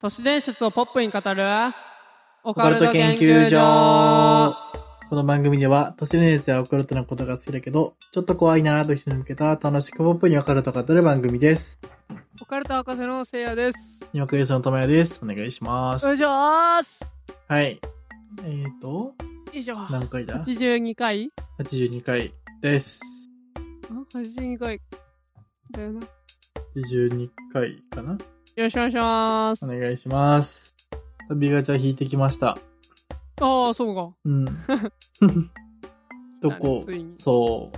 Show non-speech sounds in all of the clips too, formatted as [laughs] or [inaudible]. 都市伝説をポップに語るオオカルト研究所この番組では、都市伝説やオカルトなことが好きだけど、ちょっと怖いなーという人に向けた楽しくポップにオカルトが語る番組です。オカルト博士のせいやですニワクリスのともやです。お願いします。いしますはい。えーと、以上何回だ82回ん ?82 回です。 ?82 回だよなよ82回かなろしくお願いしますお願いします。旅ガチャ引いてきました。ああそうかうん。 [laughs] どこついにそ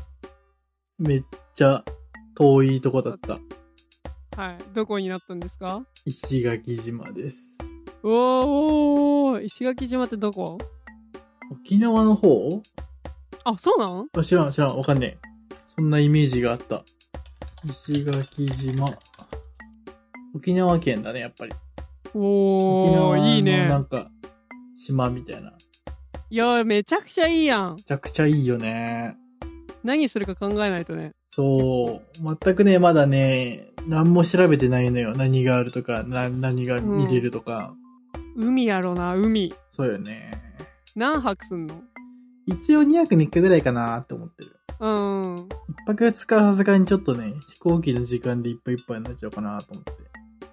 う。めっちゃ遠いとこだった。はいどこになったんですか石垣島です。うおーおー石垣島ってどこ沖縄の方あそうなんあ知らん知らん。わかんねえ。そんなイメージがあった。石垣島。沖縄県だね、やっぱり。沖お縄のーいいなねんか、島みたいな。めいやめちゃくちゃいいやんちゃくちゃいいよね。何するか考えないとねそう。全くね、まだね、何も調べてないのよ。何があるとか、な何が見れるとか。海やろな海そうよね。何泊すんの一応2泊3日ぐらいかなって思ってる。うん一泊二日はさすがにちょっとね、飛行機の時間でいっぱいいっぱいになっちゃうかなと思って。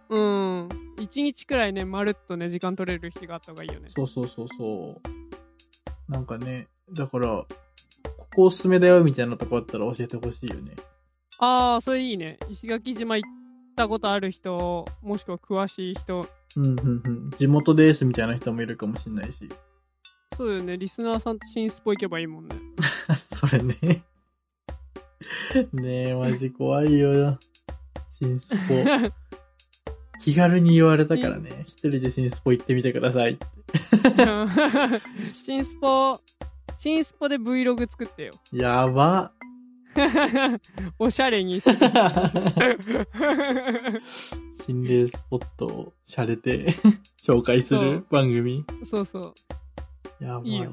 うん一日くらいねまるっとね時間取れる日があった方がいいよねそうそうそうそう。なんかね、だから、ここおすすめだよみたいなとこあったら教えてほしいよね。ああそれいいね石垣島行ったことある人もしくは詳しい人うんうんうん。地元ですみたいな人もいるかもしんないし。 [laughs] そうだよねリスナーさんと新スポ行けばいいもん [laughs] ねそれね。ねえ、マジ怖いよ。新スポ。気軽に言われたから [laughs] ね。一人で新スポ行ってみてください。新スポ新スポで Vlog 作ってよ [laughs] やば。おしゃれにす [laughs] る心霊スポットを洒落て紹介する番組。そうそやばいいいねよ。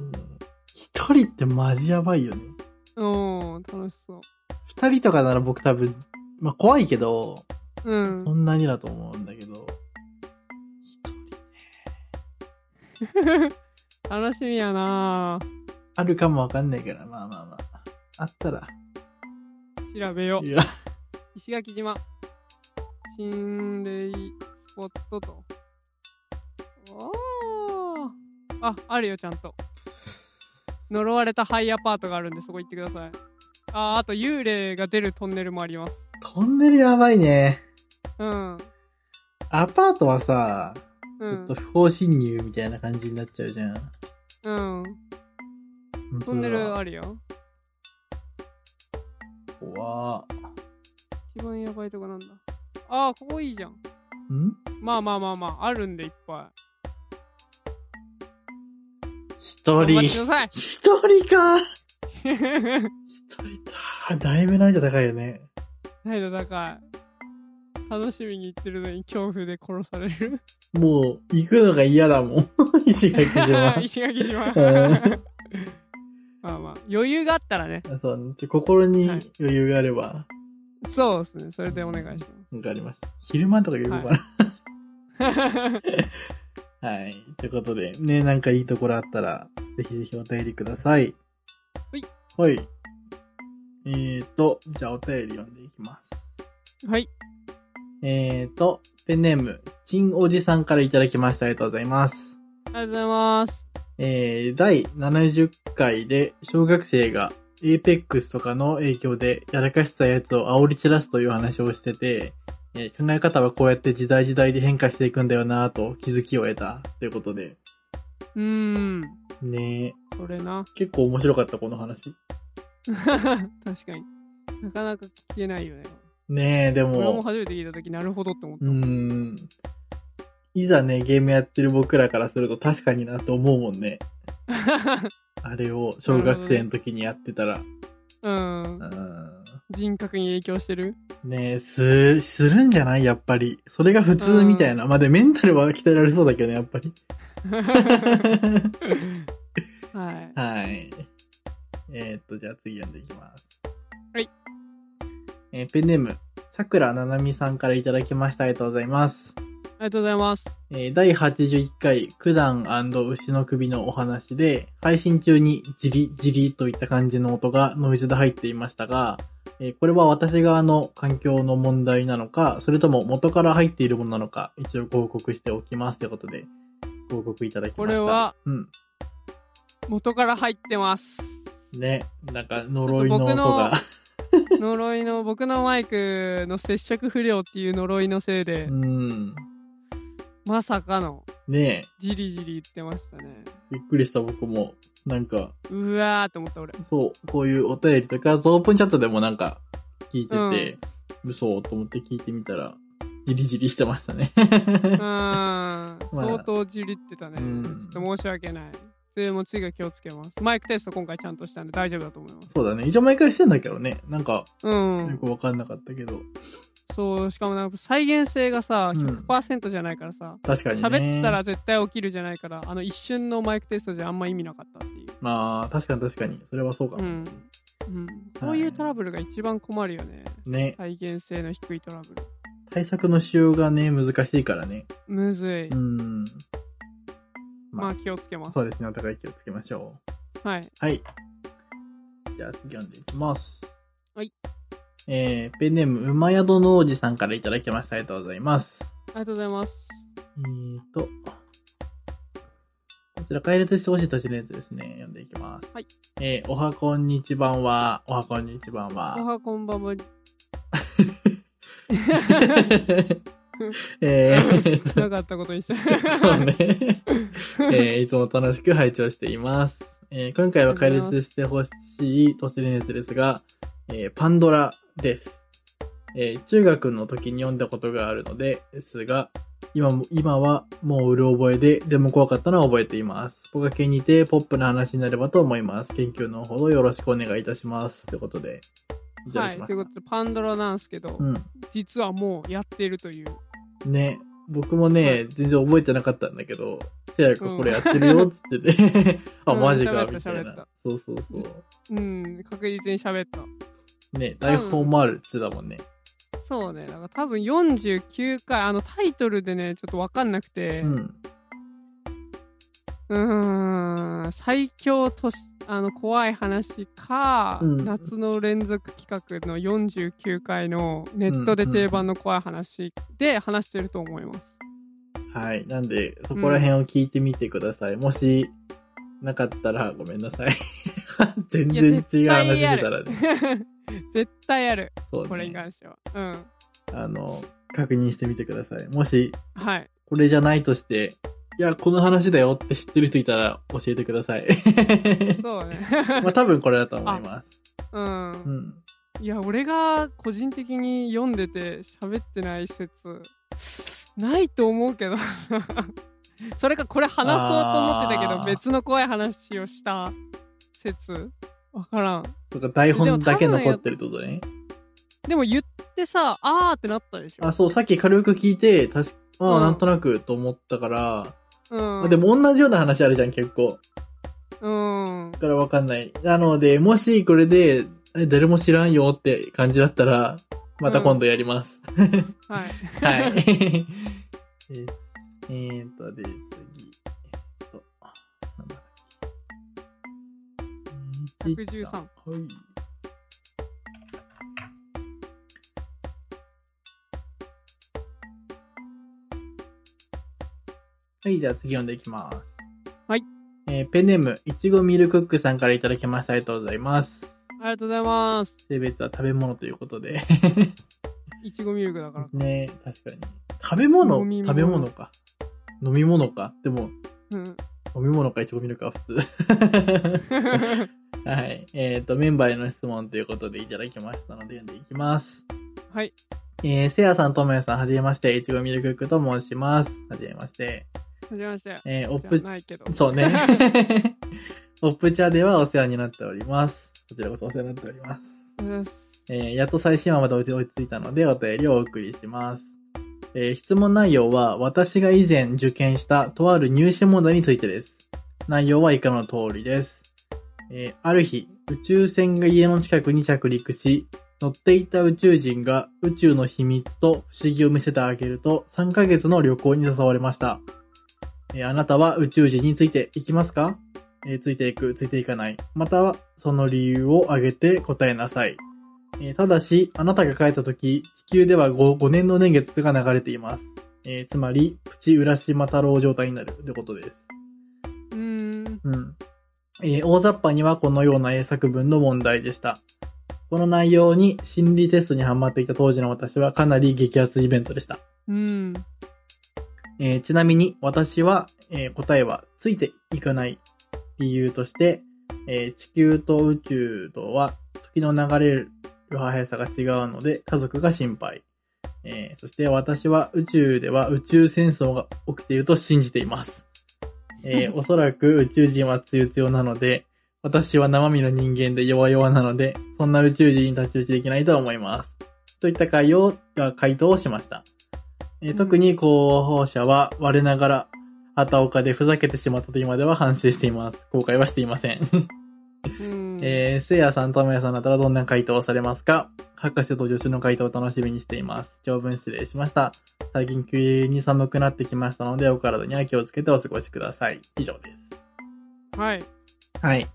一人ってマジやばいよね。ううん楽しそう二人とかなら僕多分、まあ怖いけど、うんそんなにだと思うんだけど、一人 [laughs] 楽しみやなあるかもわかんないから、まあまあまあ。あったら。調べよういや、石垣島心霊スポットとおーああるよちゃんと呪われたハイアパートがあるんでそこ行ってくださいああと幽霊が出るトンネルもありますトンネルやばいね。うんアパートはさ、うちょっんと、不法侵入みたいな感じになっちゃうじゃん。うん、トンネルあるよ怖一番やばいとこなんだああここいいじゃんんまあまあまあまああるんでいっぱ一い頑張ってくだ人。さい [laughs] 一人か一人だ。だいぶ難易度高いよね。難易度高い楽しみに行ってるのに恐怖で殺されるもう、行くのが嫌だもん。 [laughs] 石垣 [laughs] 島。石垣島 [laughs] うんまあまあ余裕があったらねそう、心にはい余裕があれば、そうですねそれでお願いしわかります。昼間とか言うかます [laughs] な。はい、ということで、ね、なんかいいところあったら、ぜひぜひお便りください。ほい。はい。えーと、じゃあお便り読んでいきます。はいえーと、ペンネーム、ちんおじさんからいただきました。ありがとうございます。ありがとうございますえー第70回で小学生が APEX とかの影響でやらかしたやつを煽り散らすという話をしてて、えー考え方はこうやって時代時代で変化していくんだよなぁと気づきを得たということで。うーんねえそれな [laughs] 結構面白かったこの話。確かになかなか聞けないよねねえ、で俺もも、初めて聞いた時なるほどって思っうた、ーん。いざね、ゲームやってる僕らからすると確かになと思うもん [laughs] ね。あれを小学生の時にやってたら。うんう、ん人格に影響して [laughs] る [laughs] ねえ、す、するんじゃないやっぱり。それが普通みたいな。まあ、で、メンタルは鍛えられそうだけどね、やっ [laughs] ぱり。はいはい。えー、っと、じゃあ次読んでいきます。はい。えーペンネーム、さくらななみさんからいただきました。ありがとうございます。ありがとうございますえー第81回九段牛の首のお話で、配信中にジリジリといった感じの音がノイズで入っていましたが、えーこれは私側の環境の問題なのか、それとも元から入っているものなのか、一応報告しておきますということで、報告いただきました。これはうん。元から入って [laughs] ます。ね、なんか呪いの音ちょっとが。呪いの、僕のマイクの接触不良っていう呪いのせいで [laughs] う、ん。まさかの、ねえ、じりじり言ってましたね。びっくりした僕も。なんか、うわーって思った [laughs] 俺。そう、こういうお便りとか、あとオープンチャットでもなんか聞いてて、嘘と思って聞いてみたら、じりじりしてましたね。うーん。相当じりってたね。うんちょっと申し訳ない。それも次は気をつけます。マイクテスト今回ちゃんとしたんで大丈夫だと思います。 [laughs] そうだね。一応毎回してんだけどね。なんか、うよん。くわかんなかったけど。そう、しかもなんか再現性がさ、うん100%じゃないからさ、確かにね。喋ったら。絶対起きるじゃないから、あの一瞬のマイクテストじゃあんま意味なかったっていう。まあ、確かに確かに。それはそうかうも。ん。うん、こういうトラブルが一番困るよね。ね。再現性の低いトラブル。対策のしようがね、難しいからね。むずい。うん。まあ気をつけます。そうですね。お互い気をつけましょう。はい。はい。じゃあ次読んでいきます。はい。えー、ペンネーム、馬宿の王子さんからいただきました。ありがとうございます。ありがとうございます。えーと、こちら、解列してほしい年のやつですね。読んでいきます。はい。えー、おはこんにちばんは、おはこんにちばんおは。はこんばんは。 [laughs] え [laughs] ー、なかったことにして。そう [laughs] ね。えーいつも楽しく拝聴しています。えー今回は解説してほしい都市伝説ですが、えーパンドラです。えー中学の時に読んだことがあるので、ですが、今も、今はもううる覚えで、でも怖かったのは覚えています。ポカケにてポップな話になればと思います。研究のほどよろしくお願いいたします。ということで、いたはだい。きまとしいた。うことで、パンドラなんですけど、う実はもうやってるという。ん。ね、僕もね、はい全然覚えてなかったんだけど、せやかこれやってるよっつってて、 [laughs] あ、うんマジか、喋ったみたい喋ったな。そうそうそう。うん、確実に喋った。ね、台本もあるってだもんね。そうね。だから多分49回、あのタイトルでね、ちょっとわかんなくて、うん。うーん最強としあの怖い話か、うん夏の連続企画の49回のネットで定番の怖い話で話してると思います。はい。なんで、そこら辺を聞いてみてください。もし、なかったらごめんな [laughs] さい。全い然や違う絶話対してやたるらね。 [laughs] 絶対やるそうこれにね。関しては。うん。あの、確認してみてください。もし、はい。これじゃないとして、いや、この話だよって知ってる人いたら教えてく [laughs] ださい。そうね。 [laughs] まあ多分これだと思います。う。うんん。いや俺が個人的に読んでて喋ってない説ない [laughs] と思うけどそれかこれ話そうと思ってたけあどー別の怖い話をした説わからんとか台本だけ残ってるってことね。でも言ってさあーってなったでしょあ、そう、さっき軽く聞いて、確か、あうあ、んなんとなくと思ったから、うんまあでも同じような話あるじゃん、結構。うんだからわかんない。なので、もしこれで、え誰も知らんよって感じだったら、また今度やります。はい [laughs] はい。ですえーと、で、次。えーと、なんだっけ。 113はい。はい、じゃあ次読んでいきます。はい。えーペンネーム、いちごミルクックさんからいただきました。ありがとうございます。ありがとうございます性別は食べ物ということで。いちごミルクだからね確かに。食べ物飲み物食べ物か。飲み物か。でも、 [laughs] うん飲み物かいちごミルクは普通。 [laughs] はい。えっ、と、メンバーへの質問ということでいただきましたので読んでいきます。はいえー、せやさん、ともやさん、はじめまして。いちごミルクックと申します。はじめまして。はじめましてえー、おっじゃぷ、ないけどそうね。 [laughs] おっぷちゃではお世話になっております。こちらこそお世話になっております。うんえーやっと最新話まで落ち落ち着いたのでお便りをお送りします。えー質問内容は私が以前受験したとある入試問題についてです。内容は以下の通りです。えーある日、宇宙船が家の近くに着陸し、乗っていた宇宙人が宇宙の秘密と不思議を見せてあげると3ヶ月の旅行に誘われました。えーあなたは宇宙人についていきますか、えーついていく、ついていかない。またはその理由を挙げて答えなさい。えーただし、あなたが帰った時、地球では 5, 5年の年月が流れています。えーつまり、プチ浦島太郎状態になるってことです。うーん。うん。えー大雑把にはこのような英作文の問題でした。この内容に心理テストにハマっていた当時の私はかなり激アツイベントでした。うん。えーちなみに私は、えー答えはついていかない理由として、えー地球と宇宙とは時の流れる速さが違うので家族が心配。えーそして私は宇宙では宇宙戦争が起きていると信じています。えーおそらく宇宙人はつよつよなので、私は生身の人間で弱々なので、そんな宇宙人に太刀打ちできないとは思います。といった回を、が回答をしました。えー特に候補者は我ながら、畑岡でふざけてしまったと今では反省しています。後悔はしていません。うん。えー、せいやさん、たまやさんだったらどんな回答をされますか博士と助手の回答を楽しみにしています。長文失礼しました。最近急に寒くなってきましたので、お体には気をつけてお過ごしください。以上ではい。す。はい。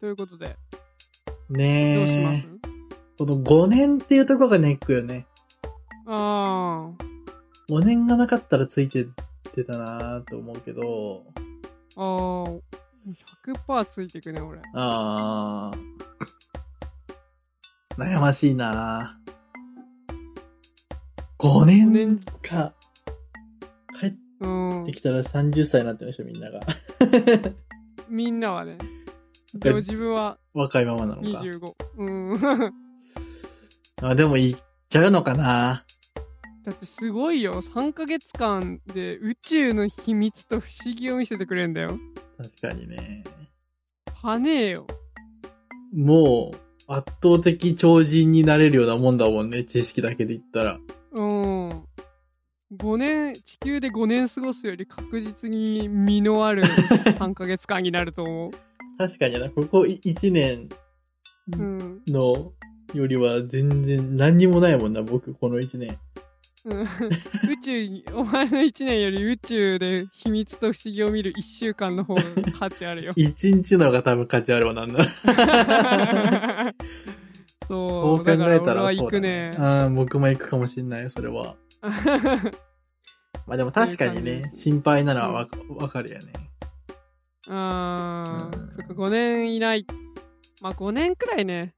ということで、ねえ。どうしますこの5年っていうところがネックよね。あ5年がなかったらついてってたなぁと思うけど、あ。ああ。100%ついてくね、俺。あー。悩ましいなぁ。5五年年か。帰っうんで。きたら30歳になってましたみんな [laughs] がみんなはね。でも自分は若いままなのか25。うん。 [laughs] あでも行っちゃうのかなだってすごいよ3ヶ月間で宇宙の秘密と不思議を見せてくれんだよ確かにねはねえよもう圧倒的超人になれるようなもんだもんね知識だけで言ったらうん5年地球で5年過ごすより確実に実のある3ヶ月間になると [laughs] 思う確かになここ1年うん、のよりは全然何にもないもんな僕この1年うん、宇宙にお前の1年より宇宙で秘密と不思議を見る1週間の方が価値あるよ1日の方が多分価値あるわなんなら [laughs] そうそう考えたらだから俺はそ行うだくねねうん僕も行くかもしんないよそれはまあでも確かにそういうね感じ心配なのはわかわかるよねあーうんそっか5年以内まあ5年くらいね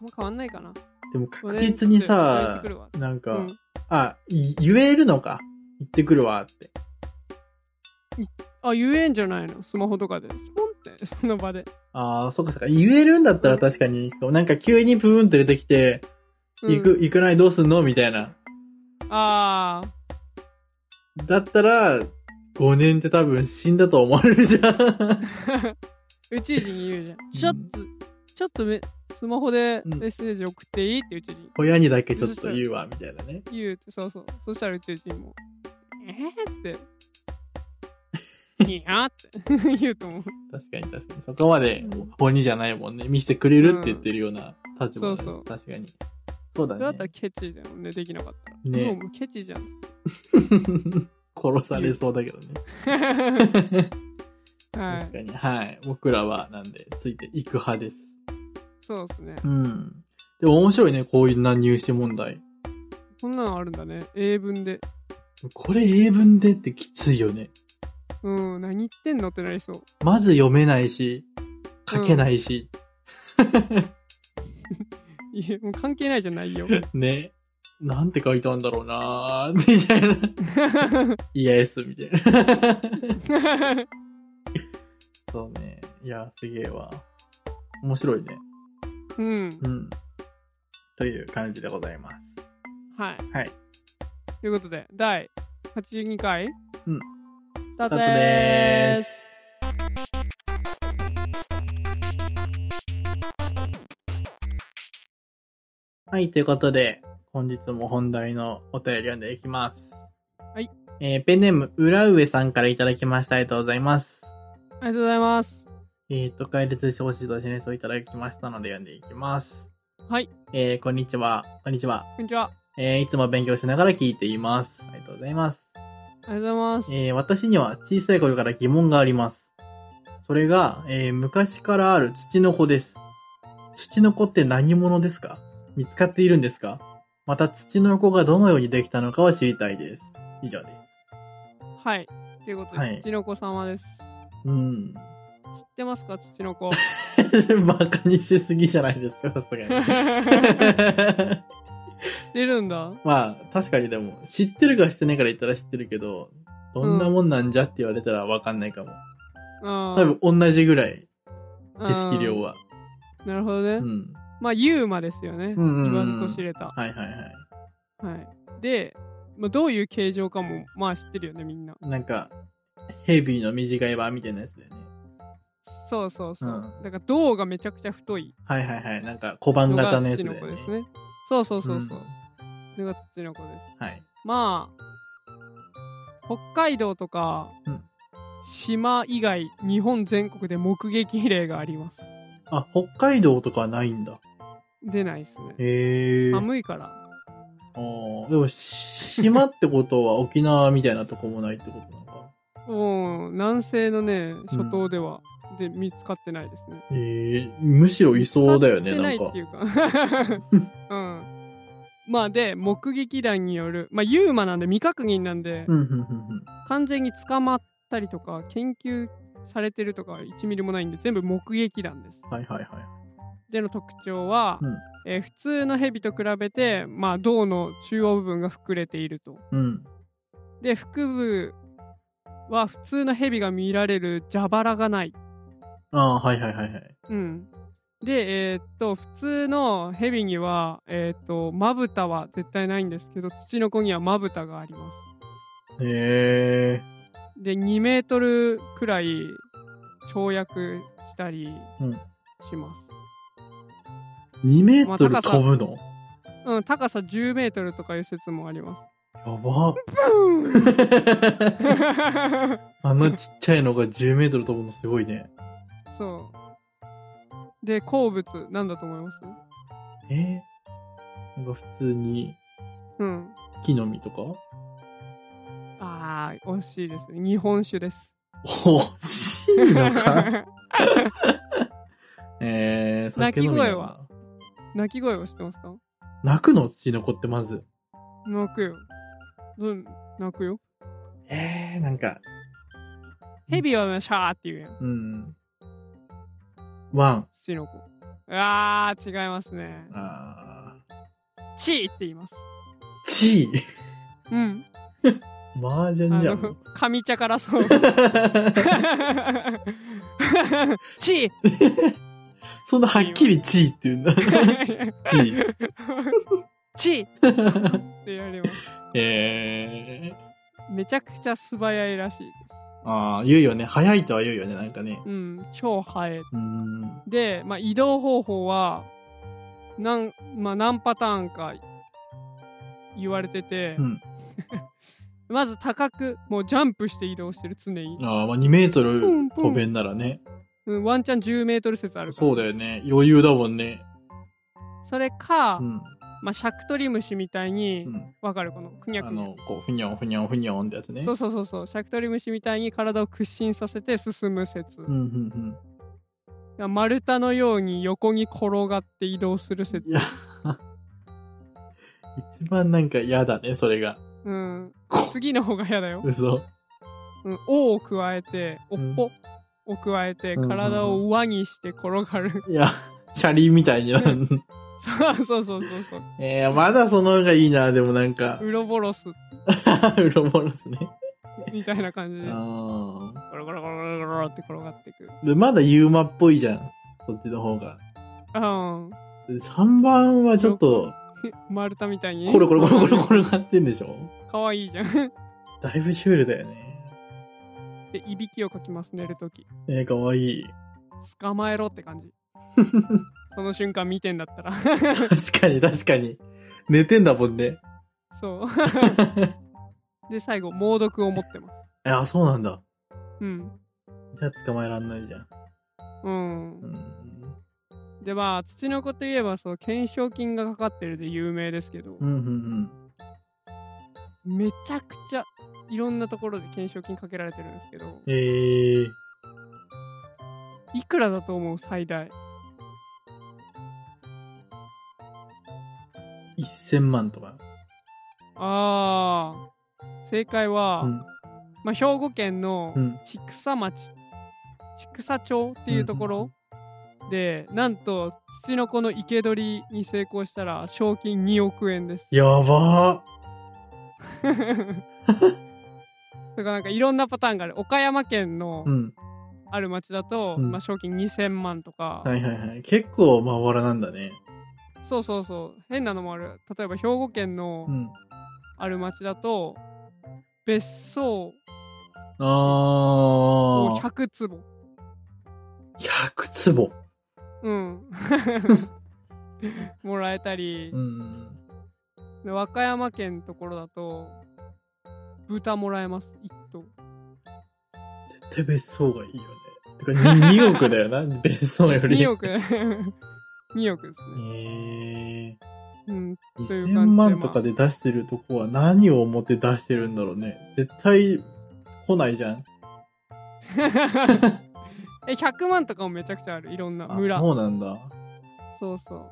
もう変わんないかなでも確実にさ五年くらい変わってくなんるか、わうんあ、い言えるのか。行ってくるわって。あ言えんじゃないのスマホとかでスポンってその場で、ああ、そっかそっか。言えるんだったら確かに、なんか急にプーンって出てきて、うん行く、行くないどうすんのみたいな。ああだったら、5年って多分死んだと思われるじゃん。 [laughs] 宇宙人に言うじゃんちょっと、ちょっとめスマホでうんメッセージ送っていいって宇宙人親にだけちょっと言うわ、みたいなね。言うってそうそうそしたら宇宙人もえー、 [laughs] っていやーって [laughs] 言うと思う確かに確かに。そこまでうん鬼じゃないもんね。見せてくれるって言ってるような立場だね、そうそう確かに。そうだそれだったらね。ケチだもんねできなかったら、ねもうケチじゃん [laughs] 殺されそうだけどね。は確いかに。はい。僕らは、なんで、ついていく派です。そうですねうん。でも面白いね、こういうな入試問題。こんなのあるんだね英文でこれ英文でってきついよね。うん何言ってんのってなりそうまず読めないし、書けないし。いやもう関係ないじゃない [laughs] よね。なんて書いたんだろうなー [laughs] みたいな。イエスみたいな。 [laughs] そうね。いや、すげえわ。面白いね。うんうん。という感じでございます。はいはい。ということで第82回うんスターあとトででーーすす。はい、ということで、本日も本題のお便りを読んでいきます。はい。えーペンネーム、浦上さんからいただきました。ありがとうございます。ありがとうございますえっ、と、解説してほしいとお示しをいただきましたので読んでいきます。はい。えー、こんにちは。こんにちは。こんにちは。えー、いつも勉強しながら聞いています。ありがとうございます。ありがとうございます。えー私には小さい頃から疑問があります。それが、えー昔からある土の子です。土の子って何者ですか見つかっているんですかまた土の子がどのようにできたのかは知りたいです。以上です。はい。ということで、はい土の子様です。うん。 [laughs] 知ってますか、土の子。バカにしすぎじゃないですか、さすが知に。ってるんだ。 [laughs] まあ、確かにでも、知ってるかしてないから言ったら知ってるけど、どんなもんなんじゃって言われたらわかんないかも。多多分同じぐらい、知識量は。なるほどね。うん。まあ、ユーマですよね。うんうんうん言わずと知れた。はいはいはい。はい。で、まあ、どういう形状かも、まあ知ってるよね、みんな。なんか、ヘビーの短い版みたいなやつだよね。そうそうそう。うんだから、胴がめちゃくちゃ太いはいはいはい。なんか、小判の型がのやつ土だよのね。子ですね。そうそうそうそう。んそれが土の子です。はい。まあ、北海道とか、うん島以外、日本全国で目撃例があります。あ、北海道とかはないんだ。出ないですね。へえ。あ寒いから。ーでも、島ってことは沖縄みたいなとこもないってことなのか。もう、南西のね、諸島では、で、見つかってないですね。へえ、むしろいそうだよね、見つかなってんないかってい。うか。 [laughs] うん。まあ、で、目撃談による、まあ、ユーマなんで、未確認なんで、うん、うん、うんうん。完全に捕まったりとか、研究されてるとか、1ミリもないんで、全部目撃談です。はいはいはでの特徴は、うんえー普通のヘビと比べて、まあ、胴の中央部分が膨れていると。い。うん。で腹部は普通のヘビが見られる蛇腹がない。ああー、はいはいはいはい。うん、で、えーっと普通のヘビには、えーっとまぶたは絶対ないんですけど土の子にはまぶたがありまへえ。す。で2メートルくらい跳躍したりうんします。 2メートまルあ高さ飛ぶのうん、高さ10メートルとかいう説もあり [laughs] ます。やば。ブーン [laughs] あんなちっちゃいのが10メートル飛ぶのすごいね。そう。で、鉱物、なんだと思いますえー、なんか普通にうん。木の実とかあー、惜しいですね。日本酒です。惜しいのか [laughs] えー、酒飲みな鳴き声のは [laughs] 鳴き声を知ってますか泣くの土の子ってまず。泣くよ。うん、泣くよ。えー、なんか、ヘビはシャーって言うやん。うん。ワン。土の子。あー、違いますね。あーチーって言います。チうん。ー。麻雀あじゃのん。、上茶から [laughs] そう。 [laughs] チそんなはっきりチーって言うんだ。ーチー。チー [laughs] ってやります。えー。めちゃくちゃ素早いらしいです。あー、言うよね。早いとは言うよね、なんかね。うん、超早い。うん。で、まあ、移動方法は、なん、まあ、何パターンか言われてて、うん [laughs] まず高く、もうジャンプして移動してる、常に。あー、まあ2メートルポンポン飛べんならね。うん、ワンチャン10メートル説あるから。そうだよね。余裕だもんね。それか、うん。まあ、シャクトリムシみたいにう、んわかるこの、くにゃあくにゃの、。こう、ふにゃんふにゃんふにゃんってやつね。そうそうそうそう、シャクトリムシみたいに体を屈伸させて進む説。うんうん丸太のように横に転がって移動するうん。い説。や、一番なんか嫌だね、それが。うんこ。次の方が嫌だよ。嘘。うん、尾を加えて、尾っぽを加えて、うんうんうん体を輪にして転がる。 [laughs] いや、車輪みたいになる。そうそうそうそうそう。えー、まだその方がいいな、でもなんか。ウロボロスうろぼろすね。みたいな感じで、あゴロゴロゴロゴロゴロゴロって転がっていく。ーで、まだユーマっぽいじゃん。そっちの方が。あで3番はちょっと、あ、 [laughs] 丸太みたいに。コロコロコロコロコロがってんでしょかわいいじゃん。 [laughs] だいぶシュールだよね。で、いびきをかきます、寝るとき。えー、かわいい。捕まえろって [laughs] 感じ。その瞬間見てんだったら。 [laughs] 確かに確かに。寝てんだもんね。そう。 [laughs] で、最後、猛毒を持ってます。え、あ、そうなんだ。うん。じゃあ捕まえらんないじゃん。うんう。ん。でまあツチノコといえばそう懸賞金がかかってるで有名ですけどう、んうんめちゃくちゃいろんなところで懸賞金かけられてるんですけどうん。えー、いくらだと思う最大1000万とか。あー正解は、うん。まあ、兵庫県のうん。千草町千草町っていうところで、なんとツチノコの生け捕りに成功したら賞金2億円ですやばだからなんかいろんなパターンがある岡山県のー。うん。ある町だと、うんまあ、賞金2000万とか、はいはいはい。結構まばらなんだね。そうそうそう変なのもある例えば兵庫県のうん。ある町だと別荘をあー。 100坪100坪。うん [laughs] もらえたりう、ん。で和歌山県のところだと豚もらえます一頭絶対別荘がいいよね。てか 2, 2億だよ [laughs] な、別荘より。 2億 [laughs] 2億ですね、えー。 [laughs] うん、という感じで2000万とかで出してるとこは何を思って出してるんだろうね。絶対来ないじゃん。え100万とかもめちゃくちゃあるいろんなあ村そうなんだ。そうそう。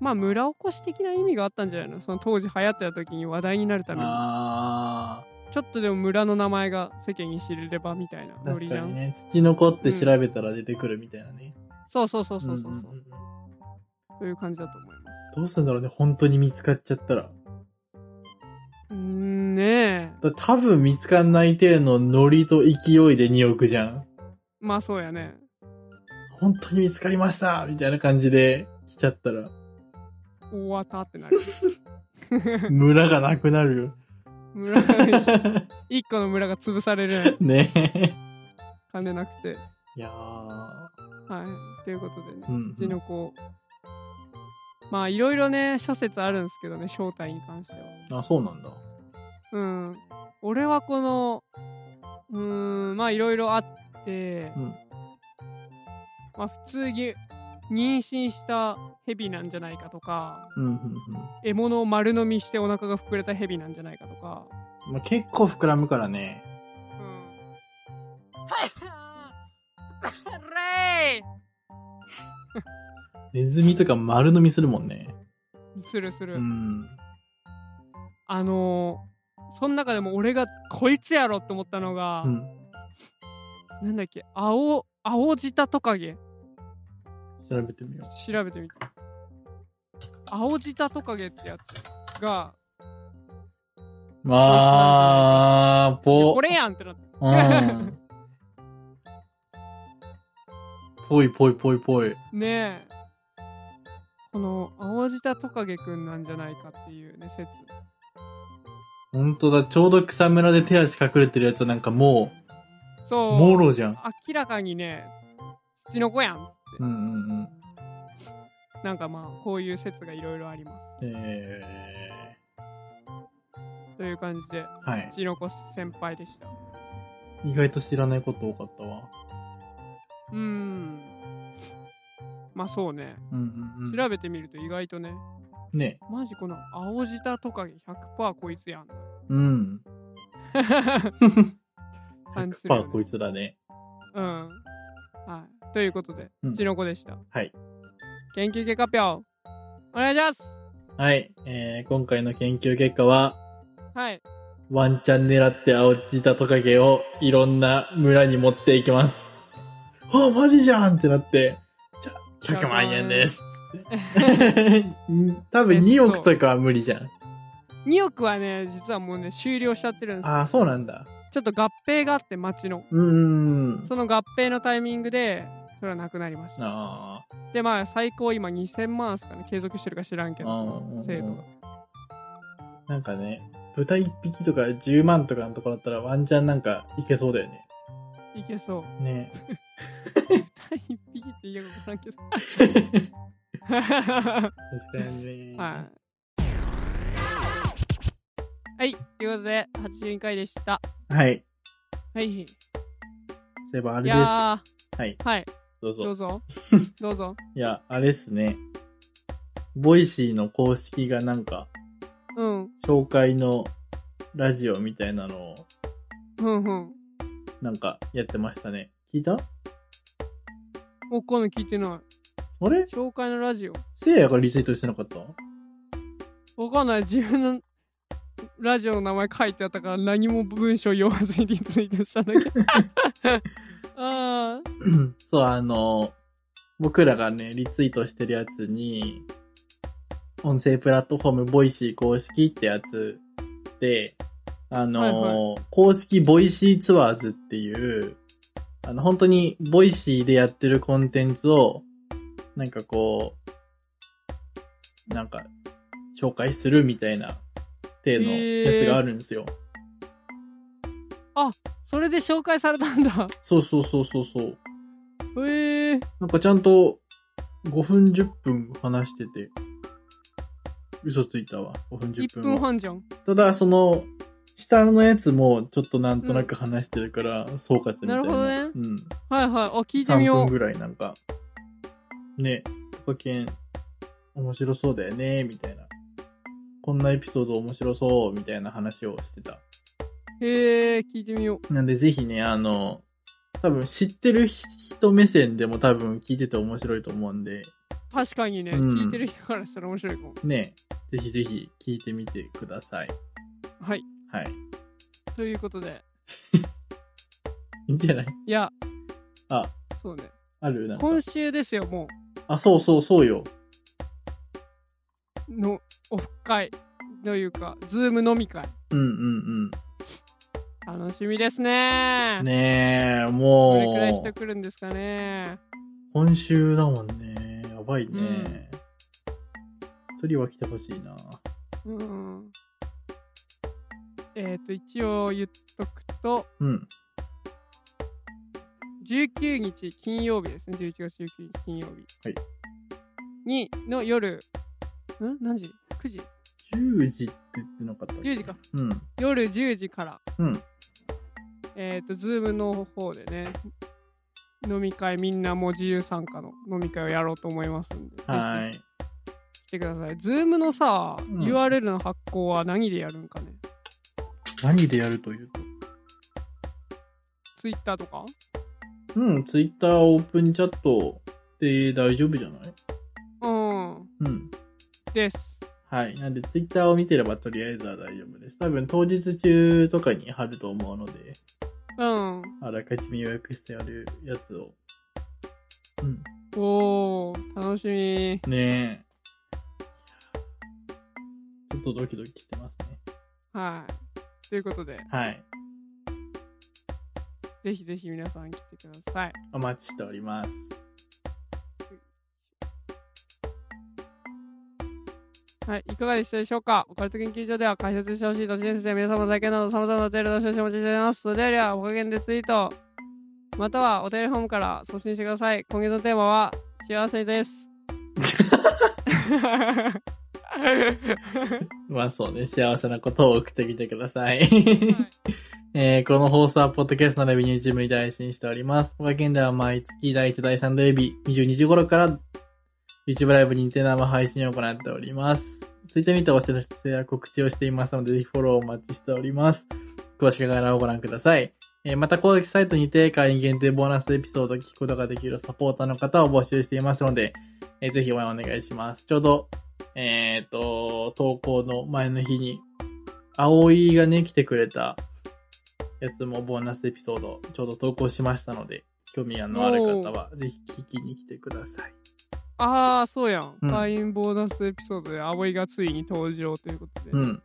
まあ村おこし的な意味があったんじゃないのその当時流行ってた時に話題になるためにあちょっとでも村の名前が世間に知れればみたいなーノ確リじかゃにんね。土の子って調べたら出てくるみたいなね。そうそうそうそうそううんうんそううんという感じだと思いますどうするんだろうね、本当に見つかっちゃったら。うーんねえだ多分見つかんない程度のノリと勢いで2億じゃん。まあそうやね本当に見つかりましたみたいな感じで来ちゃっ [laughs] たら、終わったってな [laughs] る村がなくなるよ。村一個の村が潰される [laughs] ねえ。金なくていやー。はいということでねうんうん土の子まあいろいろね諸説あるんですけどね正体に関してはあ、そうなんだ。うん、俺はこのうーんまあいろいろあって、うんまあ普通に妊娠したヘビなんじゃないかとかうん、うん、うん。獲物を丸飲みしてお腹が膨れたヘビなんじゃないかとか、まあ、結構膨らむからね。うん、レネズミとか丸飲みするもんね。イ [laughs] するする、うん。あのーその中でも俺がこいつやろって思ったのが、うん。なんだっけ青青舌トカゲ調べてみよ調べてみて青舌トカゲってやつがう。あー、ぽこ。れやんってなってうん。ぽいぽいぽいぽい。ねえこの青舌トカゲくんなんじゃないかっていうね説ほんとだ、ちょうど草むらで手足隠れてるやつはなんかもう、そうもろじゃん。明らかにね土の子やんっつって、うんうんうん。なんかまあこういう説がいろいろありますえという感じでー、はい。土の子先輩でした意外と知らないこと多かったわ。うーんまあそうねうんうんうん。調べてみると意外とねね。マジこの青舌トカゲ100%こいつやん [laughs] うん。感じするよね100%こいつらね。うんはいということでうん土の子でした、はい。研究結果表お願いしますはい。えー、今回の研究結果は、はいワンチャン狙って青じたトカゲをいろんな村に持っていきます。あ、マジじゃんってなって、じゃあ、100万円です。うん多分2億とかは無理じゃん。 2億はね実はもうね終了しちゃってるんですよああ、そうなんだ。ちょっと合併があって町のうーん。その合併のタイミングでそれはなくなりましたああ。でまあ最高今2000万ですかね継続してるか知らんけどあーその制度がなんかね、豚1匹とか10万とかのところだったらワンチャンなんかいけそうだよね。いけそう [laughs] ね。第一匹って言いよくわからんけど [laughs] 確かにね。はいはいということで82回でしたはい。はいそういえばあいれです。やはい。ーはいどうどうぞ。ぞど [laughs] うぞいや、あれっすね。ボイシーの公式がなんか、うん紹介のラジオみたいなのを、うんうんなんかやってましたね。聞いたおっかの聞いてなあれい紹介のラジオせいやがリツイートしてなかったわかんない自分のラジオの名前書いてあったから何も文章読まずにリツイートしたんだけど [laughs] ああうんそう、あの、僕らがね、リツイートしてるやつに、音声プラットフォーム、ボイシー公式ってやつで、あの、はい公式ボイシーツアーズっていう、あの、本当にボイシーでやってるコンテンツを、なんかこう、なんか、紹介するみたいな、程度のやつがあるんですよ。それで紹介されたんだそうそうそうそうそう。へえー、なんかちゃんと5分10分話してて、嘘ついたわ、5分10 1分分は。半じゃんただ、その、下のやつもちょっとなんとなく話してるから、総括みたいな。なるほどねうん。はいはいあ聞いてみ3よ分うぐらいなんか、ね、トカケン、面白そうだよね、みたいな。こんなエピソード面白そう、みたいな話をしてた。へえ聞いてみよなんでぜひね、あの、多分知ってる人目線でも多分聞いてて面白いと思うんで、う確かにね、うん聞いてる人からしたら面白いかもね、ぜひぜひ聞いてみてください。はいはい。ということでいいんじゃないいやあそうねあるなんか。今週ですよもあ、そうそうそうよ。うのオフ会というかズーム飲み会うんうん楽しみですうねん。ねえ、どれくらいも人う、来るんですかね今週だもんね。やばいね。一、人は来てほしいな。うんえっ、と一応言っとくとうん。 19日金曜日ですね11月19日金曜日、はいにの夜ん何時 ?9 時10時って言ってなかったっけ ?10 時かうん。夜10時からうん。えっ、と、ズームの方でね、飲み会、みんなもう自由参加の飲み会をやろうと思いますんで、ぜはい。ひ来てください。ズームのさ、ん URL の発行は何でやるんかね何でやるというと。 ?Twitter とかうん、ツイッターオープンチャットで大丈夫じゃないうん。うん。です。はい。なんで、ツイッターを見てればとりあえずは大丈夫です。多分、当日中とかに貼ると思うので、うん。あらかじめ予約してあるやつを。うん。おー、楽しみ。ねえ。ちょっとドキドキしてますね。はい。ということで、はい。ぜひぜひ皆さん来てください。お待ちしております。はい、いかがでしたでしょうかオカルト研究所では解説してほしい都市伝説や皆様の体験など様々なお便りを少々お待ちしております。それではおかげでツイート、またはお便りフォームから送信してください。今月のテーマは、幸せ [laughs] です。まあそうね、幸せなことを送ってみてください。 [laughs] えーこの放送は、ポッドキャスト並びに YouTube に配信しております。おかげでは毎月第1、第3土曜日、22時頃から、YouTube ライブにて生配信を行っております。Twitter にてお知らせや告知をしていますので、ぜひフォローお待ちしております。詳しく概要欄をご覧ください。えーまた、公式サイトにて会員限定ボーナスエピソードを聞くことができるサポーターの方を募集していますので、えーぜひ応援お願いします。ちょうど、えっ、と、投稿の前の日に、葵がね、来てくれた、やつもボーナスエピソードちょうど投稿しましたので、興味のある方はぜひ聞きに来てください。ああ、そうやん。うん会員ボーナスエピソードで葵がついに登場ということで、うん。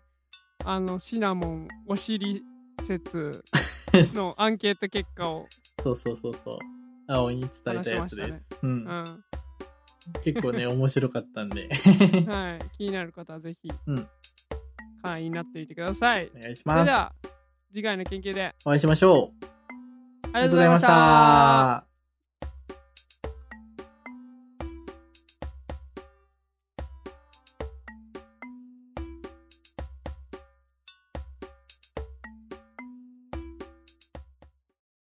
あの、シナモンお尻説のアンケート結果 [laughs] を、そうそうそうそう。青に伝えたやつで話しす。ましううんん。。は結構ね、面白かった [laughs] んで、い。気になる方はぜひうん、会員になってみてください。お願いしそれま。ですは次回の研究でお会いしましょう。ありがとうございました。ありがとうございました。